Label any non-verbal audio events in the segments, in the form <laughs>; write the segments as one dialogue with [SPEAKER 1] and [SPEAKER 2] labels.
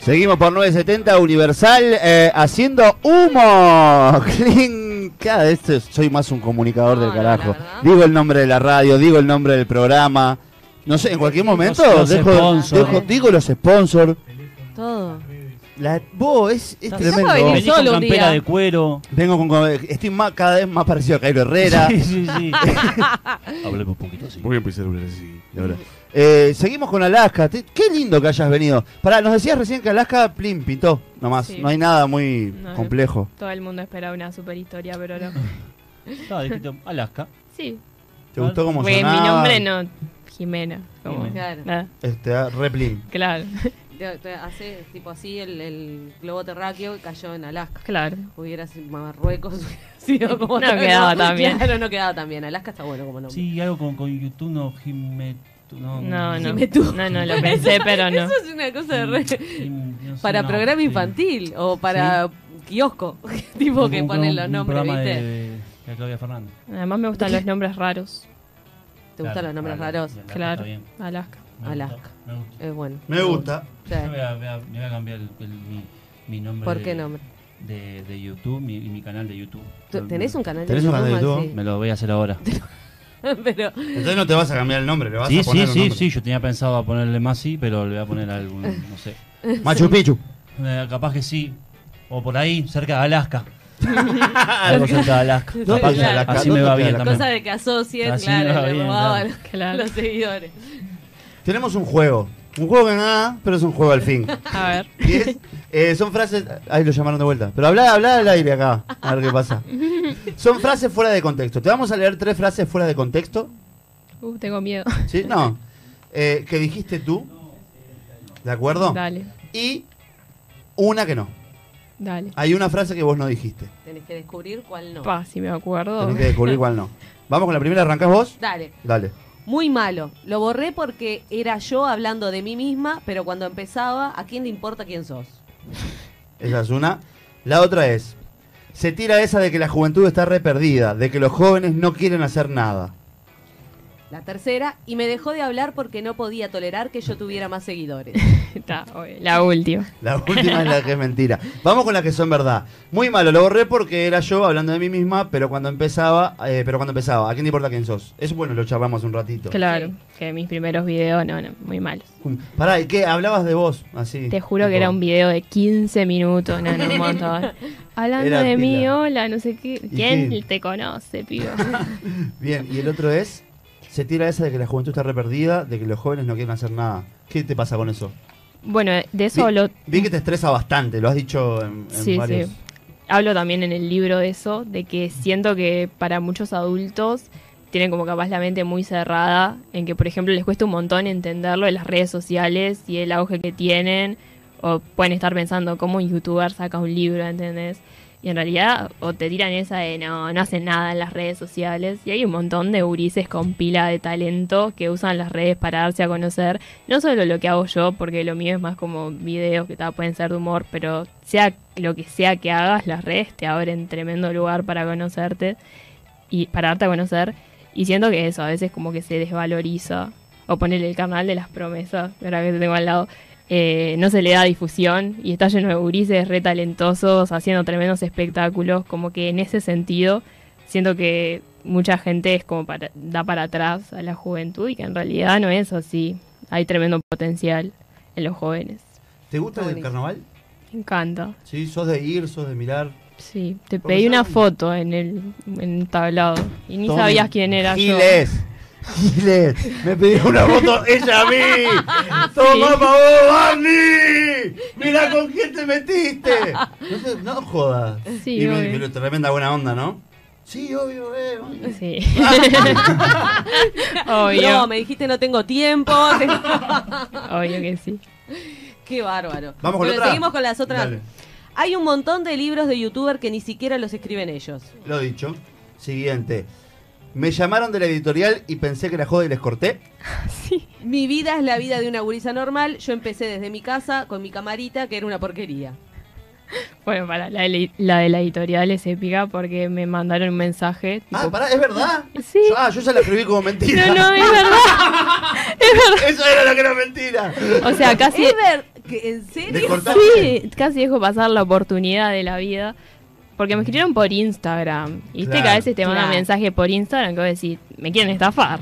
[SPEAKER 1] Seguimos por 970 Universal eh, haciendo humo. <laughs> Clean. Cada vez soy más un comunicador
[SPEAKER 2] No,
[SPEAKER 1] del
[SPEAKER 2] no,
[SPEAKER 1] carajo.
[SPEAKER 2] la verdad.
[SPEAKER 1] digo el nombre de la radio, digo el nombre del programa. No sé, en cualquier momento
[SPEAKER 3] los
[SPEAKER 1] dejo,
[SPEAKER 3] sponsors.
[SPEAKER 1] dejo- digo los sponsors.
[SPEAKER 2] Todo.
[SPEAKER 1] La, vos, es, es
[SPEAKER 3] Estás-
[SPEAKER 2] venís
[SPEAKER 1] tremendo.
[SPEAKER 3] Venís con
[SPEAKER 2] solo un
[SPEAKER 3] campera
[SPEAKER 2] día.
[SPEAKER 3] de cuero.
[SPEAKER 1] Vengo con, con- estoy más, cada vez más parecido a Cairo Herrera.
[SPEAKER 3] <laughs> Sí, sí, sí. Hablemos un poquito así.
[SPEAKER 4] Voy a empezar a hablar así.
[SPEAKER 1] De verdad. Eh, seguimos con Alaska. Te- Qué lindo que hayas venido. Pará, nos decías recién que Alaska plin, pintó nomás.
[SPEAKER 2] Sí.
[SPEAKER 1] No hay nada muy
[SPEAKER 2] No,
[SPEAKER 1] complejo.
[SPEAKER 2] Todo el mundo espera una super historia, pero no.
[SPEAKER 3] Estaba dijiste Alaska.
[SPEAKER 2] Sí.
[SPEAKER 1] ¿Te gustó cómo
[SPEAKER 2] Porque mi
[SPEAKER 1] sonaba?
[SPEAKER 2] nombre no. Jimena. Como,
[SPEAKER 3] Jimena.
[SPEAKER 5] Claro.
[SPEAKER 2] nada,
[SPEAKER 1] Este, ah, re plin.
[SPEAKER 2] claro, <laughs>
[SPEAKER 5] Te- te hace tipo así el, el globo terráqueo y cayó en Alaska.
[SPEAKER 2] claro.
[SPEAKER 5] Hubiera sido Marruecos, hubiera <laughs> sido como
[SPEAKER 2] No quedaba tan bien.
[SPEAKER 5] Claro, no quedaba tan bien. Alaska está bueno como nombre.
[SPEAKER 3] Sí, algo con, con YouTube, no Jime. No,
[SPEAKER 2] No, no.
[SPEAKER 5] Jime tú.
[SPEAKER 2] No, no, lo pensé, pero no.
[SPEAKER 5] Eso es una cosa de <laughs> re...
[SPEAKER 3] Jim- no sé,
[SPEAKER 5] Para
[SPEAKER 3] no,
[SPEAKER 5] programa
[SPEAKER 3] sí.
[SPEAKER 5] infantil o para kiosco. <laughs> tipo
[SPEAKER 3] Como
[SPEAKER 5] que
[SPEAKER 3] un-
[SPEAKER 5] ponen
[SPEAKER 3] un-
[SPEAKER 5] los
[SPEAKER 3] un
[SPEAKER 5] nombres,
[SPEAKER 3] programa
[SPEAKER 5] ¿viste?
[SPEAKER 3] De, de- de Claudia Fernández.
[SPEAKER 2] Además me gustan los nombres raros.
[SPEAKER 5] ¿Te gustan los nombres raros?
[SPEAKER 2] Claro. Alaska.
[SPEAKER 5] Alaska.
[SPEAKER 3] Me gusta.
[SPEAKER 5] Es bueno.
[SPEAKER 1] Me gusta.
[SPEAKER 5] Sí.
[SPEAKER 3] Yo voy a, voy a- me voy a cambiar el- el- mi, mi nombre.
[SPEAKER 5] ¿Por
[SPEAKER 3] de-
[SPEAKER 5] qué nombre?
[SPEAKER 3] De, de YouTube mi- y mi, canal de YouTube.
[SPEAKER 5] ¿Tú- ¿Tenés un canal
[SPEAKER 1] ¿Tenés un canal de
[SPEAKER 5] Maxi?
[SPEAKER 3] Me lo voy a hacer ahora.
[SPEAKER 5] <laughs> Pero
[SPEAKER 1] Entonces no te vas a cambiar el nombre, le vas
[SPEAKER 3] Sí,
[SPEAKER 1] a
[SPEAKER 3] sí,
[SPEAKER 1] poner un
[SPEAKER 3] sí,
[SPEAKER 1] nombre.
[SPEAKER 3] sí. Yo tenía pensado a ponerle Masi, pero le voy a poner algún, no sé.
[SPEAKER 1] <laughs> Machu Picchu.
[SPEAKER 3] Eh, capaz que sí. O por ahí, cerca de Alaska. Algo cerca de Alaska.
[SPEAKER 1] ¿Dónde
[SPEAKER 3] Capaz
[SPEAKER 5] queda
[SPEAKER 3] que
[SPEAKER 1] Alaska?
[SPEAKER 3] Así me
[SPEAKER 1] ¿Dónde queda
[SPEAKER 3] va bien
[SPEAKER 1] Alaska?
[SPEAKER 3] también.
[SPEAKER 5] cosa de que asocien,
[SPEAKER 3] Así
[SPEAKER 5] claro,
[SPEAKER 3] va
[SPEAKER 5] le
[SPEAKER 3] bien,
[SPEAKER 5] robaban
[SPEAKER 3] claro.
[SPEAKER 5] los- <laughs>
[SPEAKER 2] Claro.
[SPEAKER 5] los seguidores.
[SPEAKER 1] Tenemos un juego. Un juego que nada, pero es un juego al fin.
[SPEAKER 2] A ver.
[SPEAKER 1] Y es, eh, son frases. Ahí lo llamaron de vuelta. Pero habla, habla al aire acá. A ver qué pasa. Son frases fuera de contexto. Te vamos a leer tres frases fuera de contexto.
[SPEAKER 2] Uh, tengo <laughs> miedo.
[SPEAKER 1] ¿Sí? No. Eh, que dijiste tú. ¿De acuerdo?
[SPEAKER 2] Dale,
[SPEAKER 1] Y una que no.
[SPEAKER 2] dale.
[SPEAKER 1] Hay una frase que vos no dijiste.
[SPEAKER 5] Tenés que descubrir cuál no.
[SPEAKER 2] Pa, si me acuerdo.
[SPEAKER 1] Tenés que descubrir cuál no. Vamos con la primera. ¿Arrancás vos?
[SPEAKER 5] Dale.
[SPEAKER 1] Dale.
[SPEAKER 5] Muy malo. Lo borré porque era yo hablando de mí misma, pero cuando empezaba, ¿a quién le importa quién sos?
[SPEAKER 1] Esa es una. La otra es, se tira esa de que la juventud está re perdida, de que los jóvenes no quieren hacer nada.
[SPEAKER 5] La tercera, y me dejó de hablar porque no podía tolerar que yo tuviera más seguidores.
[SPEAKER 2] Está, oye, la última.
[SPEAKER 1] La <laughs> última es la que es mentira. Vamos con las que son verdad. Muy malo, lo borré porque era yo hablando de mí misma, pero cuando empezaba, eh, pero cuando empezaba, ¿a quién le importa quién sos? Eso bueno, lo charlamos un ratito.
[SPEAKER 2] Claro,
[SPEAKER 5] Sí.
[SPEAKER 2] que mis primeros videos no, no, muy malos.
[SPEAKER 1] Pará, ¿y qué? Hablabas de vos, así.
[SPEAKER 2] Te juro que era un video de 15 minutos, no, no, un montón. Hablando
[SPEAKER 1] Era
[SPEAKER 2] de mí,
[SPEAKER 1] pila.
[SPEAKER 2] hola, no sé qué. ¿Quién
[SPEAKER 1] qué?
[SPEAKER 2] te conoce, pibe?
[SPEAKER 1] Bien, y el otro es, se tira esa de que la juventud está re perdida, de que los jóvenes no quieren hacer nada. ¿Qué te pasa con eso?
[SPEAKER 2] bueno, de eso
[SPEAKER 1] vi,
[SPEAKER 2] lo
[SPEAKER 1] vi que te estresa bastante, lo has dicho en, en
[SPEAKER 2] Sí,
[SPEAKER 1] varios.
[SPEAKER 2] sí. Hablo también en el libro de eso, de que siento que para muchos adultos tienen como capaz la mente muy cerrada, en que por ejemplo les cuesta un montón entenderlo en las redes sociales y el auge que tienen, o pueden estar pensando cómo un youtuber saca un libro, ¿entendés? Y en realidad o te tiran esa de no, no hacen nada en las redes sociales. Y hay un montón de urises con pila de talento que usan las redes para darse a conocer. No solo lo que hago yo, porque lo mío es más como videos que tal, pueden ser de humor, pero sea lo que sea que hagas, las redes te abren tremendo lugar para conocerte y para darte a conocer. Y siento que eso a veces como que se desvaloriza. O ponerle el canal de las promesas, ahora que te tengo al lado. eh, no se le da difusión y está lleno de gurises re talentosos, haciendo tremendos espectáculos. Como que en ese sentido, siento que mucha gente es como para, da para atrás a la juventud y que en realidad no es así. Hay tremendo potencial en los jóvenes.
[SPEAKER 1] ¿Te gusta
[SPEAKER 5] Está
[SPEAKER 1] el
[SPEAKER 5] buenísimo.
[SPEAKER 1] carnaval?
[SPEAKER 2] Me encanta.
[SPEAKER 1] Sí, sos de ir, sos de mirar.
[SPEAKER 2] Sí, te
[SPEAKER 1] Porque
[SPEAKER 2] pedí
[SPEAKER 1] ya-
[SPEAKER 2] una foto en el, en el tablado y ni
[SPEAKER 1] Tommy.
[SPEAKER 2] sabías quién era yo.
[SPEAKER 1] Giles. Giles. Me pidió una foto ella a
[SPEAKER 2] <laughs>
[SPEAKER 1] mí. Toma pa' vos, Barney. Mira con quién te metiste. No, sé, no jodas.
[SPEAKER 2] Sí,
[SPEAKER 1] y me,
[SPEAKER 2] obvio.
[SPEAKER 1] pero tremenda buena onda, ¿no? Sí, obvio, eh. obvio.
[SPEAKER 2] Sí. <laughs>
[SPEAKER 5] No,
[SPEAKER 2] <laughs> obvio,
[SPEAKER 5] me dijiste no tengo <laughs>
[SPEAKER 2] <laughs>
[SPEAKER 5] tiempo.
[SPEAKER 2] obvio que sí.
[SPEAKER 5] Qué bárbaro.
[SPEAKER 1] Vamos con
[SPEAKER 5] Bueno,
[SPEAKER 1] otra.
[SPEAKER 5] seguimos con las otras.
[SPEAKER 1] Dale.
[SPEAKER 5] Hay un montón de libros de youtuber que ni siquiera los escriben ellos.
[SPEAKER 1] Lo dicho. Siguiente. Me llamaron de la editorial y pensé que la joda y les corté.
[SPEAKER 5] Mi vida es la vida de una gurisa normal. Yo empecé desde mi casa con mi camarita, que era una porquería.
[SPEAKER 2] Bueno, para la, de la- la de la editorial es épica porque me mandaron un mensaje.
[SPEAKER 1] Ah,
[SPEAKER 2] tipo,
[SPEAKER 1] pará, ¿es verdad?
[SPEAKER 2] Sí.
[SPEAKER 1] Yo- ah, yo ya la escribí como <laughs> mentira.
[SPEAKER 2] no, no, es verdad.
[SPEAKER 1] Eso era lo que era mentira.
[SPEAKER 2] O sea, casi
[SPEAKER 5] Es ver- ¿Qué? ¿En
[SPEAKER 1] ¿Le
[SPEAKER 5] serio?
[SPEAKER 1] cortaste?
[SPEAKER 2] Sí, casi dejo pasar la oportunidad de la vida. Porque me escribieron por Instagram. Y viste que
[SPEAKER 1] Mm. Claro.
[SPEAKER 2] a veces te mandan
[SPEAKER 5] Claro.
[SPEAKER 2] mensaje por Instagram que vos decís, me quieren
[SPEAKER 1] <laughs>
[SPEAKER 2] estafar.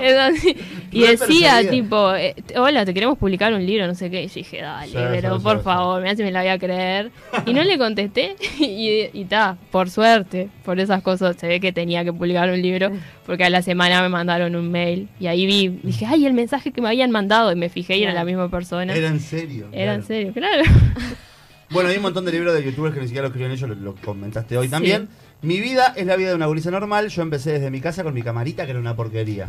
[SPEAKER 2] Es así. y
[SPEAKER 1] Re
[SPEAKER 2] decía,
[SPEAKER 1] perseguida.
[SPEAKER 2] tipo, eh, hola, te queremos publicar un libro, no sé qué. Y yo dije, dale,
[SPEAKER 1] Sí,
[SPEAKER 2] pero
[SPEAKER 1] sí,
[SPEAKER 2] por
[SPEAKER 1] sí,
[SPEAKER 2] favor, mirá si me la voy a creer. Y
[SPEAKER 1] <laughs>
[SPEAKER 2] no le contesté. <laughs> Y, y ta, por suerte, por esas cosas, se ve que tenía que publicar un libro. Porque a la semana me mandaron un mail. Y ahí vi, dije, ay, el mensaje que me habían mandado. Y me fijé y era la
[SPEAKER 5] Claro.
[SPEAKER 2] misma persona.
[SPEAKER 1] Era en serio.
[SPEAKER 2] Era en
[SPEAKER 1] claro.
[SPEAKER 2] serio, claro. <laughs>
[SPEAKER 1] Bueno, hay un montón de libros de youtubers que ni siquiera lo escribieron ellos, lo, lo comentaste hoy
[SPEAKER 2] Sí.
[SPEAKER 1] también. Mi vida es la vida de una gurisa normal. Yo empecé desde mi casa con mi camarita, que era una porquería.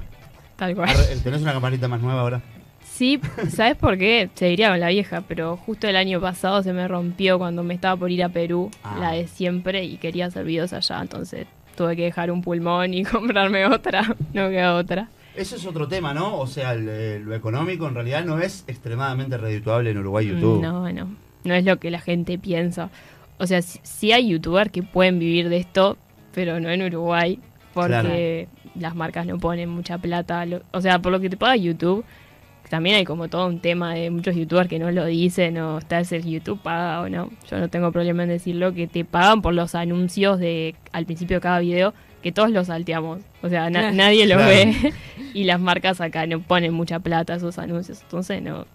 [SPEAKER 2] Tal cual.
[SPEAKER 1] Arre, ¿Tenés una camarita más nueva ahora?
[SPEAKER 2] Sí, ¿sabes por qué? Seguiría con la vieja, pero justo el año pasado se me rompió cuando me estaba por ir a Perú,
[SPEAKER 1] Ah.
[SPEAKER 2] la de siempre, y quería hacer videos allá, entonces tuve que dejar un pulmón y <laughs> comprarme otra. No queda otra.
[SPEAKER 1] Eso es otro tema, ¿no? O sea, el, eh, lo económico en realidad no es extremadamente redituable en Uruguay YouTube.
[SPEAKER 2] Mm, No, no. No es lo que la gente piensa. O sea, sí, sí hay youtubers que pueden vivir de esto, pero no en Uruguay, porque las marcas no ponen mucha plata. Lo- O sea, por lo que te paga YouTube, también hay como todo un tema de muchos youtubers que no lo dicen, o está ese YouTube paga o no. Yo no tengo problema en decirlo, que te pagan por los anuncios de al principio de cada video, que todos los salteamos. O sea, na-
[SPEAKER 5] Claro.
[SPEAKER 2] nadie lo
[SPEAKER 1] Claro.
[SPEAKER 2] ve. y las marcas acá no ponen mucha plata a esos anuncios, entonces no.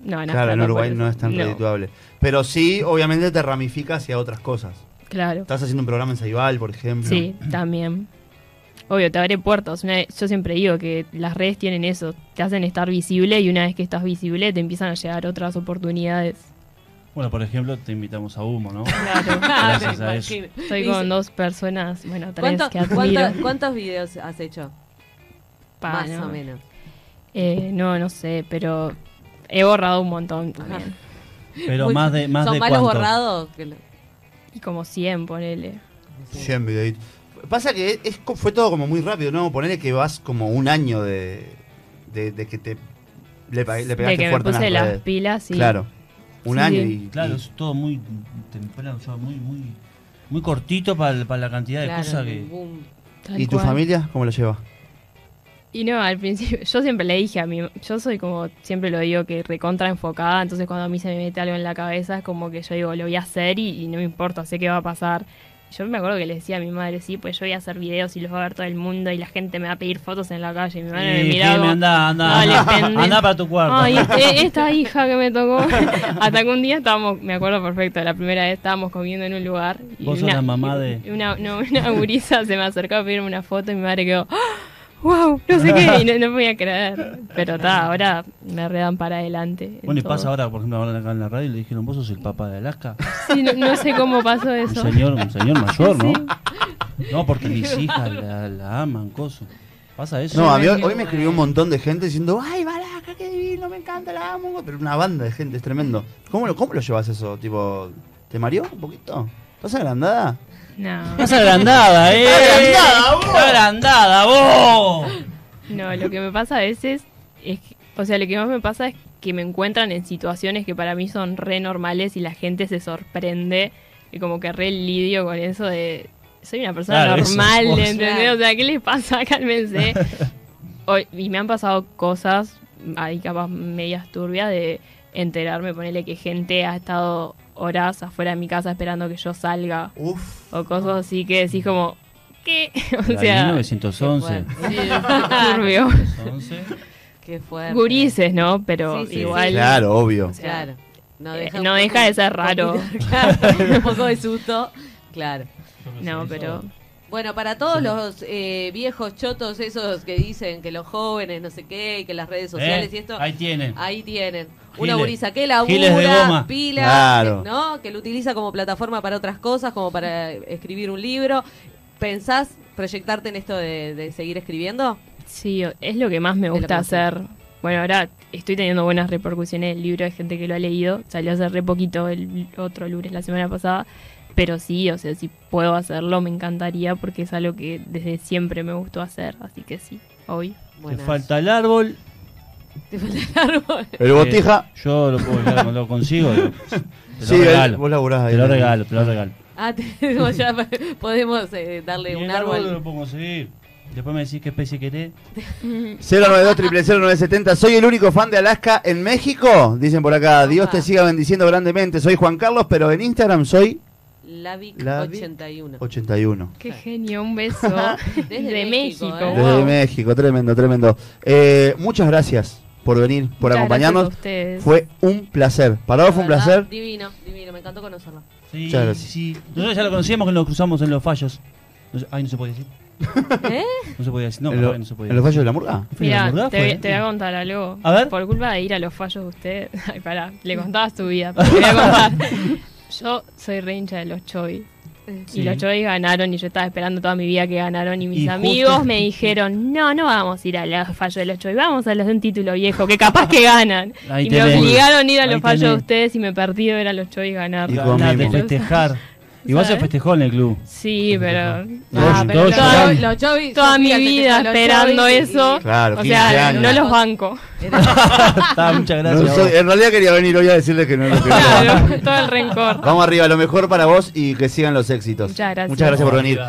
[SPEAKER 2] No, van a
[SPEAKER 1] Claro, en
[SPEAKER 2] plata por
[SPEAKER 1] Uruguay
[SPEAKER 2] eso.
[SPEAKER 1] no es tan redituable. Pero sí, obviamente te ramifica hacia otras cosas.
[SPEAKER 2] Claro,
[SPEAKER 1] Estás haciendo un programa en Saibal, por ejemplo.
[SPEAKER 2] sí, también. Obvio, te abre puertas. Una vez- yo siempre digo que las redes tienen eso, te hacen estar visible y una vez que estás visible te empiezan a llegar otras oportunidades.
[SPEAKER 3] Bueno, por ejemplo, te invitamos a Humo, ¿no?
[SPEAKER 5] Claro,
[SPEAKER 3] Gracias a eso.
[SPEAKER 5] imagino.
[SPEAKER 2] Estoy
[SPEAKER 5] Dice,
[SPEAKER 2] con dos personas, bueno, tres
[SPEAKER 5] ¿cuánto-
[SPEAKER 2] que admiro.
[SPEAKER 5] cuánto- ¿Cuántos videos has hecho?
[SPEAKER 2] Pa,
[SPEAKER 5] Más
[SPEAKER 2] no.
[SPEAKER 5] o menos.
[SPEAKER 2] Eh, no, no sé, pero he borrado un montón también.
[SPEAKER 3] Pero
[SPEAKER 5] Muy-
[SPEAKER 3] más de más
[SPEAKER 5] ¿Son
[SPEAKER 3] de Eh,
[SPEAKER 5] malos
[SPEAKER 3] cuánto.
[SPEAKER 5] borrados? Que lo-
[SPEAKER 2] Y como 100, ponele.
[SPEAKER 5] Sí.
[SPEAKER 1] 100 videitos. Pasa que es, co- fue todo como muy rápido, ¿no? Ponele que vas como un año de, de, de que te le, pa- le
[SPEAKER 2] De
[SPEAKER 1] pegaste
[SPEAKER 2] que me
[SPEAKER 1] fuerte en
[SPEAKER 2] puse
[SPEAKER 1] las
[SPEAKER 2] las
[SPEAKER 1] redes.
[SPEAKER 2] pilas y...
[SPEAKER 1] Claro. Un
[SPEAKER 2] Sí,
[SPEAKER 1] año
[SPEAKER 2] sí.
[SPEAKER 1] y,
[SPEAKER 3] Claro,
[SPEAKER 1] y-
[SPEAKER 3] es todo muy temprano, o sea, muy muy muy cortito para la cantidad de
[SPEAKER 5] Claro,
[SPEAKER 3] cosas que
[SPEAKER 5] boom.
[SPEAKER 2] tal
[SPEAKER 1] ¿y tu
[SPEAKER 2] cual.
[SPEAKER 1] familia cómo la lleva?
[SPEAKER 2] Y no, al principio, yo siempre le dije a mi, yo soy como, siempre lo digo, que recontra enfocada, entonces cuando a mí se me mete algo en la cabeza es como que yo digo, lo voy a hacer y, y no me importa, sé qué va a pasar. Yo me acuerdo que le decía a mi madre, sí, pues yo voy a hacer videos y los va a ver todo el mundo y la gente me va a pedir fotos en la calle y mi madre
[SPEAKER 3] Eh,
[SPEAKER 2] me miraba.
[SPEAKER 3] Jimmy,
[SPEAKER 2] como,
[SPEAKER 3] anda, anda,
[SPEAKER 2] Dale,
[SPEAKER 3] anda,
[SPEAKER 2] pendejo.
[SPEAKER 3] Anda para tu cuarto.
[SPEAKER 2] Ay,
[SPEAKER 3] <laughs>
[SPEAKER 2] este- esta hija que me tocó. Hasta que un día estábamos, me acuerdo perfecto, la primera vez estábamos comiendo en un lugar. y
[SPEAKER 3] Vos sos
[SPEAKER 2] una-
[SPEAKER 3] la mamá
[SPEAKER 2] <laughs>
[SPEAKER 3] de-
[SPEAKER 2] y Una, no, una gurisa se me acercó a pedirme una foto y mi madre quedó. ¡Wow! No sé qué, y no, no podía creer. Pero está, ahora me redan para adelante. en
[SPEAKER 3] Bueno, y
[SPEAKER 2] todo.
[SPEAKER 3] pasa ahora, por ejemplo, ahora acá en la radio le dijeron, vos sos el papá de Alaska.
[SPEAKER 2] Sí, no, no sé cómo pasó
[SPEAKER 3] Un
[SPEAKER 2] eso.
[SPEAKER 3] señor,
[SPEAKER 5] <laughs>
[SPEAKER 3] un señor mayor, ¿no? No, porque mis hijas la, la aman, coso. Pasa eso.
[SPEAKER 1] No, a mí hoy, hoy me escribió un montón de gente diciendo, ay, Balaca, qué divino, me encanta, la amo. Pero una banda de gente, es tremendo. ¿Cómo lo, cómo lo llevas eso? Tipo, ¿te mareó un poquito? ¿Estás agrandada?
[SPEAKER 2] No,
[SPEAKER 3] Estás agrandada, eh.
[SPEAKER 1] Agrandada, vos.
[SPEAKER 3] Estás agrandada,
[SPEAKER 5] <laughs>
[SPEAKER 3] vos.
[SPEAKER 2] no, lo que me pasa a veces es que- o sea, lo que más me pasa es que me encuentran en situaciones que para mí son re normales y la gente se sorprende y como que re lidio con eso de soy una persona
[SPEAKER 3] Claro, eso,
[SPEAKER 2] normal,
[SPEAKER 3] vos.
[SPEAKER 2] ¿entendés?
[SPEAKER 5] Claro.
[SPEAKER 2] O sea, ¿qué les pasa? <laughs>
[SPEAKER 3] <laughs>
[SPEAKER 2] Cálmense. O- y me han pasado cosas ahí capaz medias turbias de enterarme, ponerle que gente ha estado horas afuera de mi casa esperando que yo salga
[SPEAKER 1] Uf.
[SPEAKER 2] o
[SPEAKER 3] Ah.
[SPEAKER 2] cosas así que decís como ¿qué? <laughs> O
[SPEAKER 3] La
[SPEAKER 2] sea,
[SPEAKER 3] 1911.
[SPEAKER 5] Qué
[SPEAKER 2] <laughs> turbio.
[SPEAKER 3] 11.
[SPEAKER 5] Qué fuerte.
[SPEAKER 2] Gurises, ¿no? Pero
[SPEAKER 5] Sí, sí, sí.
[SPEAKER 2] igual
[SPEAKER 1] Claro, obvio.
[SPEAKER 2] O sea,
[SPEAKER 5] Claro. No
[SPEAKER 2] eh,
[SPEAKER 5] deja,
[SPEAKER 2] no
[SPEAKER 5] un
[SPEAKER 2] deja
[SPEAKER 5] poco-
[SPEAKER 2] de ser raro.
[SPEAKER 5] un poquito- <laughs> claro, un poco de susto. Claro.
[SPEAKER 2] No, pero
[SPEAKER 5] Bueno, para todos los eh, viejos chotos esos que dicen que los jóvenes, no sé qué, y que las
[SPEAKER 3] Eh,
[SPEAKER 5] redes sociales y esto, ah,
[SPEAKER 3] Ahí tienen.
[SPEAKER 5] ahí tienen. Una
[SPEAKER 3] Giles.
[SPEAKER 5] gurisa que
[SPEAKER 3] Giles de
[SPEAKER 5] labura,
[SPEAKER 3] goma.
[SPEAKER 5] pila,
[SPEAKER 1] Claro.
[SPEAKER 5] ¿no? Que lo utiliza como plataforma para otras cosas, como para escribir un libro. ¿Pensás proyectarte en esto de, de seguir escribiendo?
[SPEAKER 2] sí, o- es lo que más me
[SPEAKER 5] lo que
[SPEAKER 2] gusta
[SPEAKER 5] más te
[SPEAKER 2] hacer. Bueno, ahora estoy teniendo buenas repercusiones del libro, hay gente que lo ha leído, salió hace re poquito el otro lunes la semana pasada, pero sí, o sea, si puedo hacerlo me encantaría porque es algo que desde siempre me gustó hacer, así que sí, hoy.
[SPEAKER 3] Te
[SPEAKER 5] Buenas.
[SPEAKER 3] falta el árbol.
[SPEAKER 5] <laughs> Te falta el árbol.
[SPEAKER 1] El botija.
[SPEAKER 3] Eh, yo lo, puedo, lo, lo consigo. Lo, te lo
[SPEAKER 1] Sí, él-
[SPEAKER 3] regalo.
[SPEAKER 1] vos laburás ahí.
[SPEAKER 3] Te lo regalo, te lo regalo.
[SPEAKER 5] <laughs> Ah, tenemos ya, podemos eh, darle
[SPEAKER 3] Y
[SPEAKER 5] un
[SPEAKER 3] el
[SPEAKER 5] árbol.
[SPEAKER 3] lo puedo conseguir. Después me decís qué especie querés.
[SPEAKER 1] 092 0970 Soy el único fan de Alaska en México. Dicen por acá. Dios te
[SPEAKER 5] Opa.
[SPEAKER 1] siga bendiciendo grandemente. Soy Juan Carlos, pero en Instagram soy Lavic.
[SPEAKER 5] Lavic81.
[SPEAKER 1] 81.
[SPEAKER 2] Qué
[SPEAKER 5] Sí.
[SPEAKER 2] genio, un beso. <laughs>
[SPEAKER 5] Desde
[SPEAKER 2] de
[SPEAKER 5] México,
[SPEAKER 2] México.
[SPEAKER 5] ¿eh?
[SPEAKER 1] Desde
[SPEAKER 2] wow.
[SPEAKER 1] México, tremendo, tremendo. Eh, muchas gracias por venir, por
[SPEAKER 2] Muchas
[SPEAKER 1] acompañarnos.
[SPEAKER 2] gracias a ustedes.
[SPEAKER 1] Fue un placer. Para vos fue un
[SPEAKER 5] La verdad,
[SPEAKER 1] placer.
[SPEAKER 5] Divino, divino, me
[SPEAKER 1] <laughs>
[SPEAKER 5] encantó conocerlo.
[SPEAKER 3] Sí,
[SPEAKER 1] Muchas gracias.
[SPEAKER 3] sí. Nosotros ya lo conocíamos que lo cruzamos en los fallos. No sé- ay, no se puede decir.
[SPEAKER 5] ¿Eh?
[SPEAKER 3] No se podía decir. No,
[SPEAKER 1] en, lo-
[SPEAKER 3] no se podía
[SPEAKER 1] en los fallos de la murga.
[SPEAKER 3] decir.
[SPEAKER 2] Mira,
[SPEAKER 3] ¿La verdad
[SPEAKER 2] te,
[SPEAKER 3] fue?
[SPEAKER 2] voy- te voy a contar algo.
[SPEAKER 3] A ver.
[SPEAKER 2] Por culpa de ir a los fallos de ustedes. <laughs> Ay, pará, le contaba
[SPEAKER 3] <laughs>
[SPEAKER 2] su vida. pero voy a contar. Yo soy re hincha de los Choy.
[SPEAKER 3] Sí.
[SPEAKER 2] Y los Choy ganaron y yo estaba esperando toda mi vida que ganaron. Y mis
[SPEAKER 3] Y justo-
[SPEAKER 2] amigos me dijeron: No, no vamos a ir a los fallos de los Choy, vamos a los de un título viejo, que capaz que ganan.
[SPEAKER 3] <laughs> Ahí
[SPEAKER 2] y me
[SPEAKER 3] tenés.
[SPEAKER 2] obligaron a ir a
[SPEAKER 3] Ahí
[SPEAKER 2] los fallos de
[SPEAKER 3] tenés.
[SPEAKER 2] ustedes y me perdí de ver a los Choy ganar.
[SPEAKER 1] Y
[SPEAKER 3] Nada, de
[SPEAKER 1] comimos.
[SPEAKER 3] festejar. Y vos se
[SPEAKER 2] ¿Sabes?
[SPEAKER 3] festejó en el <laughs> club.
[SPEAKER 2] Sí, pero.
[SPEAKER 3] No,
[SPEAKER 2] Ah,
[SPEAKER 3] yo-
[SPEAKER 2] pero
[SPEAKER 3] yo-
[SPEAKER 2] toda,
[SPEAKER 3] yo-
[SPEAKER 5] Los chovis,
[SPEAKER 2] toda
[SPEAKER 5] yo fui
[SPEAKER 2] mi
[SPEAKER 5] al festejo
[SPEAKER 2] vida
[SPEAKER 5] de los
[SPEAKER 2] esperando
[SPEAKER 5] chovis y-
[SPEAKER 2] eso.
[SPEAKER 1] Claro,
[SPEAKER 2] o
[SPEAKER 1] 15
[SPEAKER 2] sea,
[SPEAKER 1] años.
[SPEAKER 2] no los banco.
[SPEAKER 3] <laughs> Ah, Está, muchas gracias.
[SPEAKER 1] No soy- en realidad quería venir hoy a decirles que no
[SPEAKER 2] <laughs>
[SPEAKER 1] lo quería.
[SPEAKER 2] Claro, todo el rencor.
[SPEAKER 1] Vamos arriba, lo mejor para vos y que sigan los éxitos.
[SPEAKER 2] Muchas gracias.
[SPEAKER 1] Muchas gracias por venir.
[SPEAKER 3] Vamos arriba.